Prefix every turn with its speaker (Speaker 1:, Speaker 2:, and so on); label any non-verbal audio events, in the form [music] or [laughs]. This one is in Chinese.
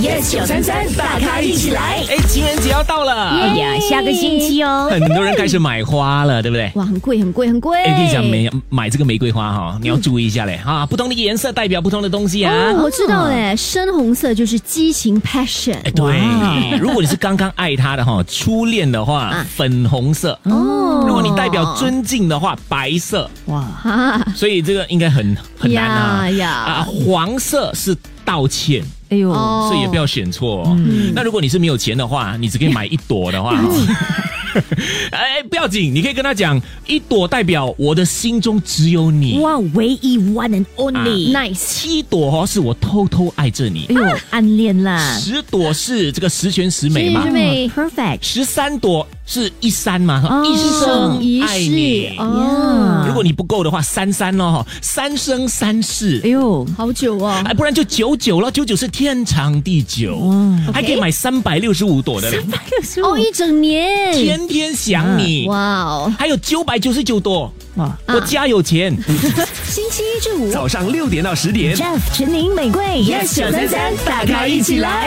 Speaker 1: yes 九三三，大咖一起来。
Speaker 2: 哎，情人节要到了
Speaker 1: 哎，呀，下个星期哦，
Speaker 2: 很多人开始买花了，对不对？
Speaker 1: 哇，很贵，很贵，很贵。嗯
Speaker 2: 哎，跟你讲，玫买这个玫瑰花哈，你要注意一下嘞哈，不同的颜色代表不同的东西啊。
Speaker 1: 哦，我知道嘞，深红色就是激情 passion
Speaker 2: 哎，对，如果你是刚刚爱他的哈，初恋的话，
Speaker 1: 啊
Speaker 2: 粉红色；
Speaker 1: 哦。
Speaker 2: 如果你代表尊敬的话，白色。
Speaker 3: 哇，
Speaker 1: 啊，
Speaker 2: 所以这个应该很很难啊
Speaker 1: 呀哎呀
Speaker 2: 啊！黄色是道歉，
Speaker 3: 哎呦，
Speaker 1: 哦嗯
Speaker 2: 所以也不要选错哦。那如果你是没有钱的话，你只可以买一朵的话哦， [laughs] 哎，不要紧，你可以跟他讲，一朵代表我的心中只有你，
Speaker 3: 哇，唯一 one and only，
Speaker 1: nice，
Speaker 2: 七朵哦是我偷偷爱着你
Speaker 3: 哎，呦，
Speaker 1: 啊
Speaker 3: 暗恋啦，
Speaker 2: 十朵是这个十全十美嘛
Speaker 1: 十，美
Speaker 3: 嗯 perfect，
Speaker 2: 十三朵是一三嘛，
Speaker 3: 哦
Speaker 2: 一生
Speaker 1: 一
Speaker 2: 爱你
Speaker 1: 世。哦，
Speaker 2: 如果你不够的话，三三哦，三生三世
Speaker 3: 哎。
Speaker 1: [laughs]
Speaker 3: 呦，
Speaker 1: 好久哦，
Speaker 2: 哎，不然就九九了，九九是天长地久，还可以买三百六十五朵的嘞，
Speaker 1: 哦，一整年，
Speaker 2: 天天想你。
Speaker 4: 嗯
Speaker 1: 哇哦，
Speaker 2: 还有九百九十九朵，
Speaker 3: 哇，
Speaker 2: 我家有钱。
Speaker 1: 星期一至五
Speaker 2: [laughs] 早上六点到十点
Speaker 3: Jeff 陈宁玫瑰
Speaker 1: yes 九三三，大咖一起来。。